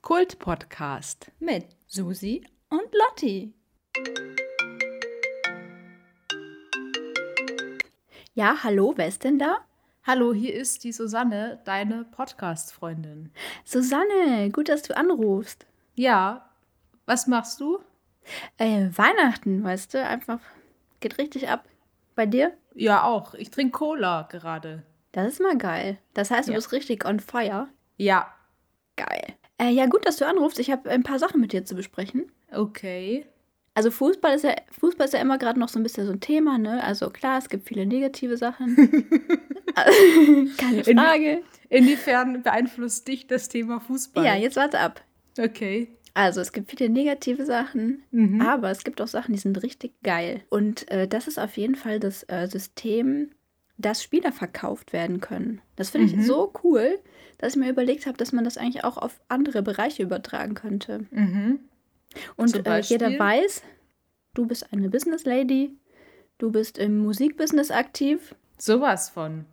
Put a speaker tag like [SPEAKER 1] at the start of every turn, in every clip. [SPEAKER 1] Kult Podcast
[SPEAKER 2] mit Susi und Lotti. Ja, hallo, wer ist denn da?
[SPEAKER 1] Hallo, hier ist die Susanne, deine Podcast Freundin.
[SPEAKER 2] Susanne, gut, dass du anrufst.
[SPEAKER 1] Ja, was machst du?
[SPEAKER 2] Äh, Weihnachten, weißt du, einfach geht richtig ab. Bei dir?
[SPEAKER 1] Ja, auch. Ich trinke Cola gerade.
[SPEAKER 2] Das ist mal geil. Das heißt, du bist richtig on fire.
[SPEAKER 1] Ja,
[SPEAKER 2] Geil. Äh, ja, gut, dass du anrufst. Ich habe ein paar Sachen mit dir zu besprechen.
[SPEAKER 1] okay.
[SPEAKER 2] Also Fußball ist ja, Fußball ist ja immer gerade noch so ein bisschen so ein Thema, ne? Also klar, es gibt viele negative Sachen. Äh, Keine
[SPEAKER 1] In-
[SPEAKER 2] Frage.
[SPEAKER 1] Inwiefern beeinflusst dich das Thema Fußball?
[SPEAKER 2] Ja, jetzt warte ab.
[SPEAKER 1] Okay.
[SPEAKER 2] Also es gibt viele negative Sachen,
[SPEAKER 1] Mhm.
[SPEAKER 2] aber es gibt auch Sachen, die sind richtig geil. Und äh, das ist auf jeden Fall das äh, System, dass Spieler verkauft werden können. Das finde
[SPEAKER 1] Mhm.
[SPEAKER 2] ich so cool, dass ich mir überlegt habe, dass man das eigentlich auch auf andere Bereiche übertragen könnte.
[SPEAKER 1] Mhm. Zum
[SPEAKER 2] Und äh,
[SPEAKER 1] Beispiel?
[SPEAKER 2] jeder weiß, du bist eine Business Lady, du bist im Musikbusiness aktiv.
[SPEAKER 1] Sowas von.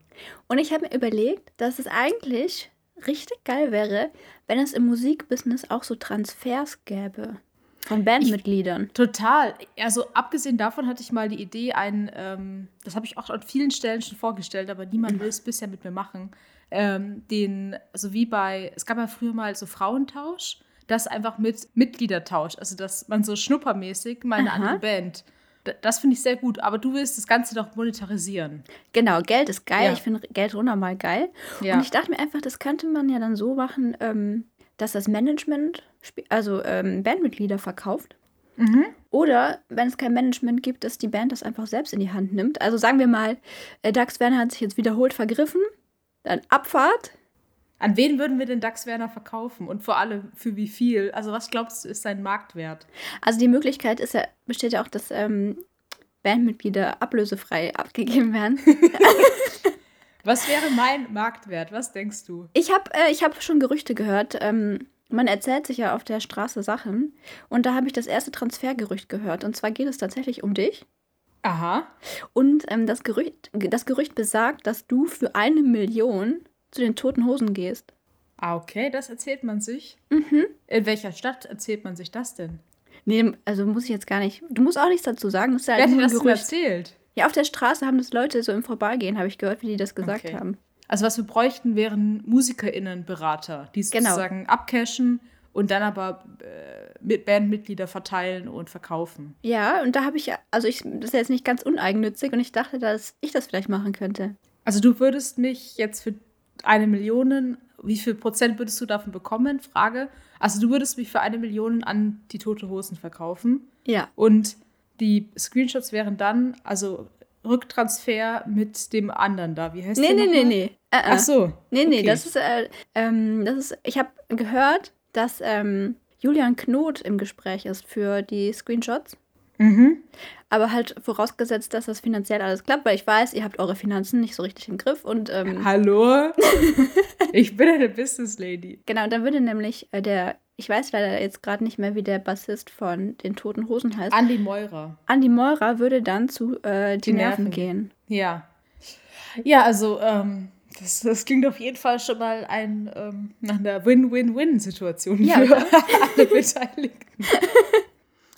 [SPEAKER 2] Und ich habe mir überlegt, dass es eigentlich richtig geil wäre, wenn es im Musikbusiness auch so Transfers gäbe von Bandmitgliedern.
[SPEAKER 1] Total. Also abgesehen davon hatte ich mal die Idee, ein, ähm, das habe ich auch an vielen Stellen schon vorgestellt, aber niemand will es bisher mit mir machen. Ähm, den, also wie bei, es gab ja früher mal so Frauentausch, das einfach mit Mitgliedertausch, also dass man so schnuppermäßig mal eine
[SPEAKER 2] Aha.
[SPEAKER 1] andere Band. D- Das finde ich sehr gut, aber du willst das Ganze doch monetarisieren.
[SPEAKER 2] Genau, Geld ist geil.
[SPEAKER 1] Ja.
[SPEAKER 2] Ich finde Geld runter mal geil.
[SPEAKER 1] Ja.
[SPEAKER 2] Und ich dachte mir einfach, das könnte man ja dann so machen, ähm, dass das Management, sp- also ähm, Bandmitglieder verkauft.
[SPEAKER 1] Mhm.
[SPEAKER 2] Oder wenn es kein Management gibt, dass die Band das einfach selbst in die Hand nimmt. Also sagen wir mal, äh, Dax Werner hat sich jetzt wiederholt vergriffen, dann Abfahrt.
[SPEAKER 1] An wen würden wir den DAX Werner verkaufen und vor allem für wie viel? Also was glaubst du ist sein Marktwert?
[SPEAKER 2] Also die Möglichkeit ist ja, besteht ja auch, dass ähm, Bandmitglieder ablösefrei abgegeben werden.
[SPEAKER 1] Was wäre mein Marktwert? Was denkst du?
[SPEAKER 2] Ich habe äh, ich hab schon Gerüchte gehört. Ähm, man erzählt sich ja auf der Straße Sachen. Und da habe ich das erste Transfergerücht gehört. Und zwar geht es tatsächlich um dich.
[SPEAKER 1] Aha.
[SPEAKER 2] Und ähm, das, Gerücht, das Gerücht besagt, dass du für eine Million zu den Toten Hosen gehst.
[SPEAKER 1] Ah, okay, das erzählt man sich.
[SPEAKER 2] Mhm.
[SPEAKER 1] In welcher Stadt erzählt man sich das denn?
[SPEAKER 2] Nee, also muss ich jetzt gar nicht. Du musst auch nichts dazu sagen. Das ist ja
[SPEAKER 1] Wer hat
[SPEAKER 2] halt
[SPEAKER 1] dir
[SPEAKER 2] nur ein
[SPEAKER 1] das denn
[SPEAKER 2] Gerücht.
[SPEAKER 1] erzählt?
[SPEAKER 2] Ja, auf der Straße haben das Leute so im Vorbeigehen, habe ich gehört, wie die das gesagt
[SPEAKER 1] Okay.
[SPEAKER 2] haben.
[SPEAKER 1] Also was wir bräuchten, wären MusikerInnen-Berater, die
[SPEAKER 2] Genau.
[SPEAKER 1] sozusagen abcashen und dann aber äh, mit Bandmitglieder verteilen und verkaufen.
[SPEAKER 2] Ja, und da habe ich, ja- also ich, das ist ja jetzt nicht ganz uneigennützig und ich dachte, dass ich das vielleicht machen könnte.
[SPEAKER 1] Also du würdest mich jetzt für eine Million, wie viel Prozent würdest du davon bekommen? Frage. Also du würdest mich für eine Million an die Tote Hosen verkaufen.
[SPEAKER 2] Ja,
[SPEAKER 1] Und die Screenshots wären dann, also Rücktransfer mit dem anderen da. Wie heißt
[SPEAKER 2] Nee,
[SPEAKER 1] der
[SPEAKER 2] nee, nee,
[SPEAKER 1] nochmal?
[SPEAKER 2] nee. Äh, äh.
[SPEAKER 1] Ach so.
[SPEAKER 2] Nee, nee,
[SPEAKER 1] okay.
[SPEAKER 2] das ist, äh, ähm, das ist, ich habe gehört, dass ähm, Julian Knoth im Gespräch ist für die Screenshots.
[SPEAKER 1] Mhm.
[SPEAKER 2] Aber halt vorausgesetzt, dass das finanziell alles klappt, weil ich weiß, ihr habt eure Finanzen nicht so richtig im Griff. Und ähm,
[SPEAKER 1] halt. Hallo? ich bin eine Business Lady.
[SPEAKER 2] genau, dann würde nämlich äh, der, ich weiß leider jetzt gerade nicht mehr, wie der Bassist von den Toten Hosen heißt,
[SPEAKER 1] Andi Meurer.
[SPEAKER 2] Andy Meurer würde dann zu
[SPEAKER 1] Ah.
[SPEAKER 2] äh, die,
[SPEAKER 1] Die
[SPEAKER 2] Nerven,
[SPEAKER 1] Nerven.
[SPEAKER 2] gehen.
[SPEAKER 1] Ja. Ja, also, ähm, das, das klingt auf jeden Fall schon mal ein, ähm, nach einer Win-Win-Win-Situation
[SPEAKER 2] Ja,
[SPEAKER 1] für
[SPEAKER 2] oder?
[SPEAKER 1] alle Beteiligten.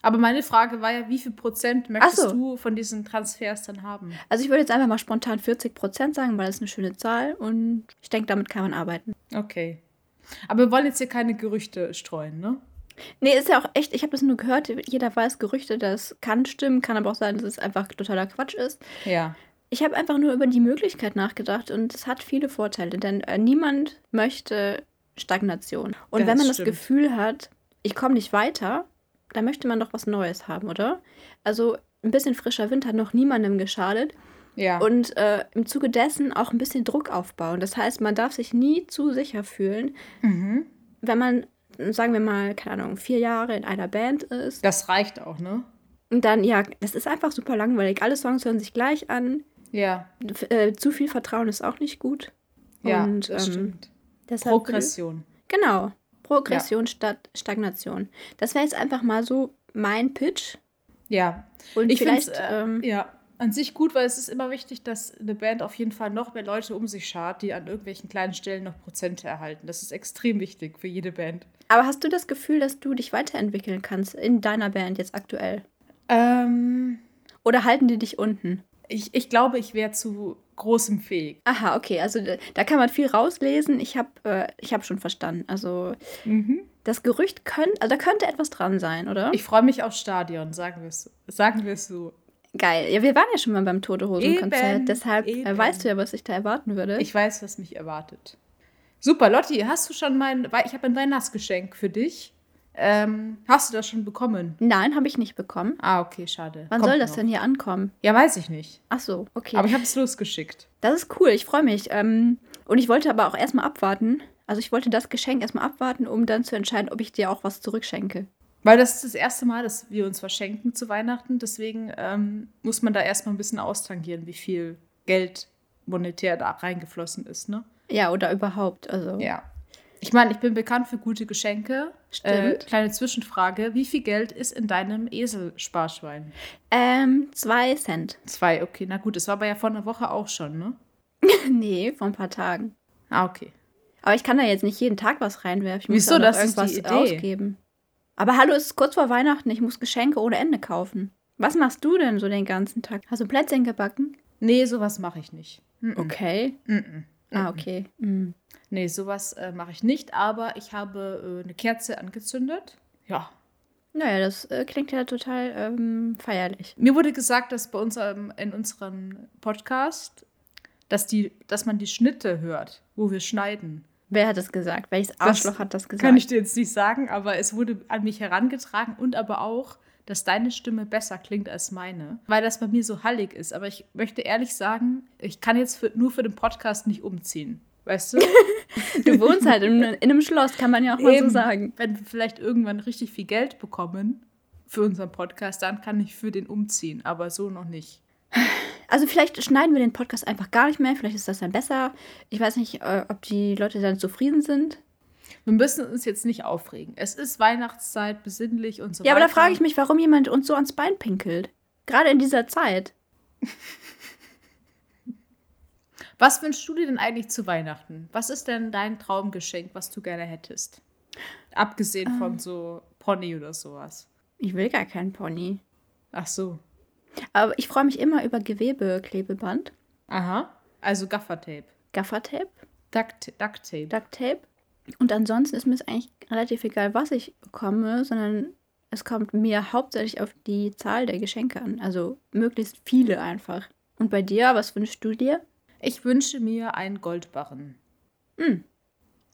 [SPEAKER 1] Aber meine Frage war ja, wie viel Prozent möchtest
[SPEAKER 2] so.
[SPEAKER 1] du von diesen Transfers dann haben?
[SPEAKER 2] Also ich würde jetzt einfach mal spontan 40 Prozent sagen, weil das ist eine schöne Zahl und ich denke, damit kann man arbeiten.
[SPEAKER 1] Okay. Aber wir wollen jetzt hier keine Gerüchte streuen, ne?
[SPEAKER 2] Nee, ist ja auch echt, ich habe das nur gehört, jeder weiß Gerüchte, das kann stimmen, kann aber auch sein, dass es einfach totaler Quatsch ist.
[SPEAKER 1] Ja.
[SPEAKER 2] Ich habe einfach nur über die Möglichkeit nachgedacht und es hat viele Vorteile, denn äh, niemand möchte Stagnation. Und
[SPEAKER 1] Das
[SPEAKER 2] wenn man das
[SPEAKER 1] stimmt.
[SPEAKER 2] Gefühl hat, ich komme nicht weiter, dann möchte man doch was Neues haben, oder? Also ein bisschen frischer Wind hat noch niemandem geschadet
[SPEAKER 1] Ja.
[SPEAKER 2] und äh, im Zuge dessen auch ein bisschen Druck aufbauen. Das heißt, man darf sich nie zu sicher führen,
[SPEAKER 1] mhm.
[SPEAKER 2] wenn man, sagen wir mal, keine Ahnung, vier Jahre in einer Band ist.
[SPEAKER 1] Das reicht auch, ne?
[SPEAKER 2] Und dann, ja, das ist einfach super langweilig. Alle Songs hören sich gleich an.
[SPEAKER 1] Ja.
[SPEAKER 2] F äh, zu viel Vertrauen ist auch nicht gut.
[SPEAKER 1] Ja,
[SPEAKER 2] Und,
[SPEAKER 1] das
[SPEAKER 2] ähm,
[SPEAKER 1] stimmt.
[SPEAKER 2] Deshalb
[SPEAKER 1] Progression.
[SPEAKER 2] Genau. Progression statt Stagnation. Das wäre jetzt einfach mal so mein Pitch.
[SPEAKER 1] Ja,
[SPEAKER 2] Und
[SPEAKER 1] ich finde
[SPEAKER 2] vielleicht,
[SPEAKER 1] es äh,
[SPEAKER 2] ähm,
[SPEAKER 1] ja, an sich gut, weil es ist immer wichtig, dass eine Band auf jeden Fall noch mehr Leute um sich schart, die an irgendwelchen kleinen Stellen noch Prozente erhalten. Das ist extrem wichtig für jede Band.
[SPEAKER 2] Aber hast du das Gefühl, dass du dich weiterentwickeln kannst in deiner Band jetzt aktuell?
[SPEAKER 1] Ähm,
[SPEAKER 2] Oder halten die dich unten?
[SPEAKER 1] ich, ich glaube, ich wäre zu großem fähig.
[SPEAKER 2] Aha, okay, also da- da kann man viel rauslesen. Ich habe äh, ich hab schon verstanden. Also
[SPEAKER 1] Mhm.
[SPEAKER 2] das Gerücht könnte, also da könnte etwas dran sein, oder?
[SPEAKER 1] Ich freue mich auf Stadion, sagen wir es sagen wir es so.
[SPEAKER 2] Geil. Ja, wir waren ja schon mal beim Tote Hosen Konzert,
[SPEAKER 1] Eben,
[SPEAKER 2] deshalb äh,
[SPEAKER 1] eben.
[SPEAKER 2] weißt du ja, was ich da erwarten würde.
[SPEAKER 1] Ich weiß, was mich erwartet. Super, Lotti, hast du schon mein. Wei- Ich habe ein Weihnachtsgeschenk für dich. Ähm, hast du das schon bekommen?
[SPEAKER 2] Nein, habe ich nicht bekommen.
[SPEAKER 1] Ah, okay, schade.
[SPEAKER 2] Wann
[SPEAKER 1] Kommt
[SPEAKER 2] soll das
[SPEAKER 1] noch.
[SPEAKER 2] denn hier ankommen?
[SPEAKER 1] Ja, weiß ich nicht.
[SPEAKER 2] Ach so, okay.
[SPEAKER 1] Aber ich habe es losgeschickt.
[SPEAKER 2] das ist cool, ich freue mich. Ähm, und ich wollte aber auch erstmal abwarten. Also ich wollte das Geschenk erstmal abwarten, um dann zu entscheiden, ob ich dir auch was zurückschenke.
[SPEAKER 1] Weil das ist das erste Mal, dass wir uns verschenken zu Weihnachten. Deswegen ähm, muss man da erstmal ein bisschen austangieren, wie viel Geld monetär da reingeflossen ist, ne?
[SPEAKER 2] Ja, oder überhaupt. Also
[SPEAKER 1] Ja. Ich meine, ich bin bekannt für gute Geschenke. Äh,
[SPEAKER 2] Stimmt.
[SPEAKER 1] kleine Zwischenfrage. Wie viel Geld ist in deinem Eselsparschwein?
[SPEAKER 2] ähm, zwei Cent.
[SPEAKER 1] Zwei, okay. Na gut, das war aber ja vor einer Woche auch schon, ne?
[SPEAKER 2] nee, vor ein paar Tagen.
[SPEAKER 1] Ah, okay.
[SPEAKER 2] Aber ich kann da jetzt nicht jeden Tag was reinwerfen. Ich
[SPEAKER 1] Wieso?
[SPEAKER 2] muss da noch
[SPEAKER 1] Das ist die
[SPEAKER 2] irgendwas
[SPEAKER 1] Idee.
[SPEAKER 2] ausgeben. Aber hallo, es ist kurz vor Weihnachten. Ich muss Geschenke ohne Ende kaufen. Was machst du denn so den ganzen Tag? Hast du Plätzchen gebacken?
[SPEAKER 1] Nee, sowas mache ich nicht. Mhm.
[SPEAKER 2] Okay.
[SPEAKER 1] Mhm.
[SPEAKER 2] Ah, okay. Mhm.
[SPEAKER 1] Nee, sowas äh, mache ich nicht, aber ich habe äh, eine Kerze angezündet. Ja.
[SPEAKER 2] Naja, das äh, klingt ja total ähm, feierlich.
[SPEAKER 1] Mir wurde gesagt, dass bei uns ähm, in unserem Podcast, dass, die, dass man die Schnitte hört, wo wir schneiden.
[SPEAKER 2] Wer hat das gesagt? Welches Arschloch hat das gesagt?
[SPEAKER 1] Kann ich dir jetzt nicht sagen, aber es wurde an mich herangetragen und aber auch, dass deine Stimme besser klingt als meine, weil das bei mir so hallig ist. Aber ich möchte ehrlich sagen, ich kann jetzt für, nur für den Podcast nicht umziehen. Weißt du?
[SPEAKER 2] du wohnst halt in, in einem Schloss, kann man ja auch mal so
[SPEAKER 1] Eben.
[SPEAKER 2] sagen.
[SPEAKER 1] Wenn wir vielleicht irgendwann richtig viel Geld bekommen für unseren Podcast, dann kann ich für den umziehen, aber so noch nicht.
[SPEAKER 2] Also vielleicht schneiden wir den Podcast einfach gar nicht mehr. Vielleicht ist das dann besser. Ich weiß nicht, äh, ob die Leute dann zufrieden sind.
[SPEAKER 1] Wir müssen uns jetzt nicht aufregen. Es ist Weihnachtszeit, besinnlich und so
[SPEAKER 2] Ja,
[SPEAKER 1] weiter.
[SPEAKER 2] aber da frage ich mich, warum jemand uns so ans Bein pinkelt. Gerade in dieser Zeit.
[SPEAKER 1] Was wünschst du dir denn eigentlich zu Weihnachten? Was ist denn dein Traumgeschenk, was du gerne hättest? Abgesehen von so Pony oder sowas.
[SPEAKER 2] Ich will gar keinen Pony.
[SPEAKER 1] Ach so.
[SPEAKER 2] Aber ich freue mich immer über Gewebeklebeband,
[SPEAKER 1] Aha. Also Gaffertape.
[SPEAKER 2] Gaffertape,
[SPEAKER 1] Duct, Duct Tape.
[SPEAKER 2] Ducktape. Und ansonsten ist mir es eigentlich relativ egal, was ich bekomme, sondern es kommt mir hauptsächlich auf die Zahl der Geschenke an. Also möglichst viele einfach. Und bei dir, was wünschst du dir?
[SPEAKER 1] Ich wünsche mir einen Goldbarren.
[SPEAKER 2] Hm.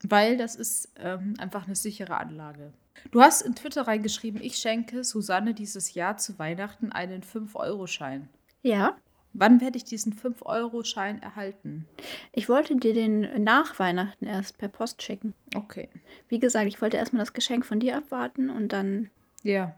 [SPEAKER 1] Weil das ist ähm, einfach eine sichere Anlage. Du hast in Twitter reingeschrieben, ich schenke Susanne dieses Jahr zu Weihnachten einen 5-Euro-Schein.
[SPEAKER 2] Ja.
[SPEAKER 1] Wann werde ich diesen 5-Euro-Schein erhalten?
[SPEAKER 2] Ich wollte dir den nach Weihnachten erst per Post schicken.
[SPEAKER 1] Okay.
[SPEAKER 2] Wie gesagt, ich wollte erstmal das Geschenk von dir abwarten und dann.
[SPEAKER 1] Ja.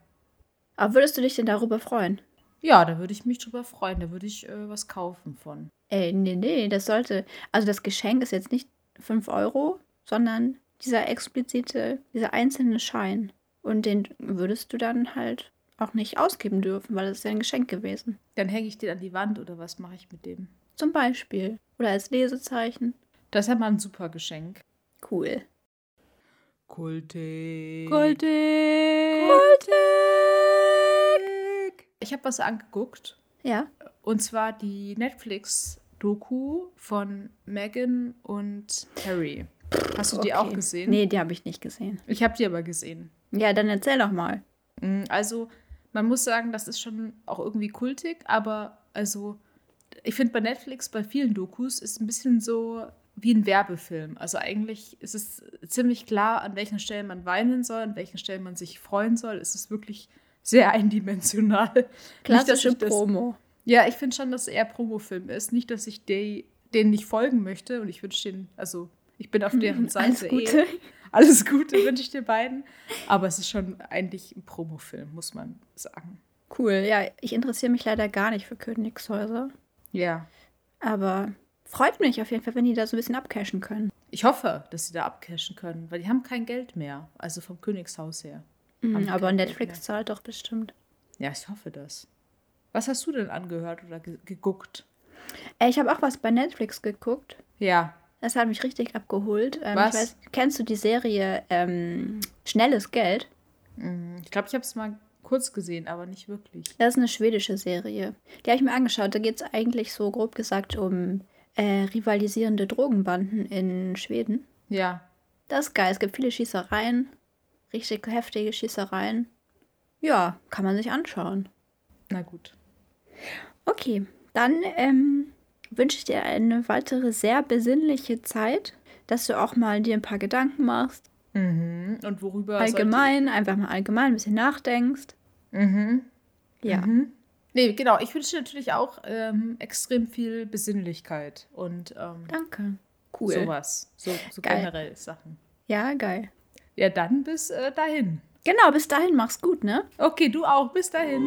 [SPEAKER 2] Aber würdest du dich denn darüber freuen?
[SPEAKER 1] Ja, da würde ich mich drüber freuen. Da würde ich äh, was kaufen von.
[SPEAKER 2] Ey, nee, nee, das sollte. Also das Geschenk ist jetzt nicht 5 Euro, sondern dieser explizite, dieser einzelne Schein. Und den würdest du dann halt auch nicht ausgeben dürfen, weil das ist ja ein Geschenk gewesen.
[SPEAKER 1] Dann hänge ich den an die Wand oder was mache ich mit dem?
[SPEAKER 2] Zum Beispiel. Oder als Lesezeichen.
[SPEAKER 1] Das ist ja mal ein super Geschenk.
[SPEAKER 2] Cool.
[SPEAKER 1] Kultig.
[SPEAKER 2] Kultig! Kultig!
[SPEAKER 1] Ich habe was angeguckt.
[SPEAKER 2] Ja.
[SPEAKER 1] Und zwar die Netflix-Doku von Megan und Harry. Hast du die
[SPEAKER 2] okay.
[SPEAKER 1] auch gesehen?
[SPEAKER 2] Nee, die habe ich nicht gesehen.
[SPEAKER 1] Ich habe die aber gesehen.
[SPEAKER 2] Ja, dann erzähl doch mal.
[SPEAKER 1] Mm, Also, man muss sagen, das ist schon auch irgendwie kultig, aber also, ich finde bei Netflix, bei vielen Dokus, ist ein bisschen so wie ein Werbefilm. Also, eigentlich ist es ziemlich klar, an welchen Stellen man weinen soll, an welchen Stellen man sich freuen soll. Es ist wirklich sehr eindimensional. Nicht, dass
[SPEAKER 2] Klassische
[SPEAKER 1] ich das-
[SPEAKER 2] Promo.
[SPEAKER 1] Ja, ich finde schon, dass er Promofilm ist. Nicht, dass ich de- denen nicht folgen möchte und ich wünsche denen, also, ich bin auf deren
[SPEAKER 2] Alles
[SPEAKER 1] Seite. eh.
[SPEAKER 2] Gute.
[SPEAKER 1] Alles Gute wünsche ich dir beiden. Aber es ist schon eigentlich ein Promofilm, muss man sagen.
[SPEAKER 2] Cool. Ja, ich interessiere mich leider gar nicht für Königshäuser.
[SPEAKER 1] Ja.
[SPEAKER 2] Aber freut mich auf jeden Fall, wenn die da so ein bisschen abcashen können.
[SPEAKER 1] Ich hoffe, dass sie da abcashen können, weil die haben kein Geld mehr. Also vom Königshaus her. Haben die
[SPEAKER 2] Mhm, aber
[SPEAKER 1] kein
[SPEAKER 2] Netflix
[SPEAKER 1] Geld
[SPEAKER 2] zahlt doch bestimmt.
[SPEAKER 1] Ja, ich hoffe das. Was hast du denn angehört oder ge geguckt?
[SPEAKER 2] Äh, ich habe auch was bei Netflix geguckt.
[SPEAKER 1] Ja.
[SPEAKER 2] Das hat mich richtig abgeholt. Ähm,
[SPEAKER 1] Was?
[SPEAKER 2] Ich weiß, kennst du die Serie ähm, Schnelles Geld?
[SPEAKER 1] Mhm. Ich glaube, ich habe es mal kurz gesehen, aber nicht wirklich.
[SPEAKER 2] Das ist eine schwedische Serie. Die habe ich mir angeschaut. Da geht es eigentlich so grob gesagt um äh, rivalisierende Drogenbanden in Schweden.
[SPEAKER 1] Ja.
[SPEAKER 2] Das ist geil. Es gibt viele Schießereien. Richtig heftige Schießereien. Ja, kann man sich anschauen.
[SPEAKER 1] Na gut.
[SPEAKER 2] Okay, dann ähm, wünsche ich dir eine weitere sehr besinnliche Zeit, dass du auch mal dir ein paar Gedanken machst.
[SPEAKER 1] Mhm. Und worüber
[SPEAKER 2] allgemein, einfach mal allgemein ein bisschen nachdenkst.
[SPEAKER 1] Sollte... Mhm.
[SPEAKER 2] Ja.
[SPEAKER 1] Mhm. Nee, genau. Ich wünsche dir natürlich auch ähm, extrem viel Besinnlichkeit und ähm,
[SPEAKER 2] Danke. Cool.
[SPEAKER 1] sowas. So, so
[SPEAKER 2] Geil.
[SPEAKER 1] generell Sachen.
[SPEAKER 2] Ja, geil.
[SPEAKER 1] Ja, dann bis äh, dahin.
[SPEAKER 2] Genau, bis dahin mach's gut, ne?
[SPEAKER 1] Okay, du auch. Bis dahin.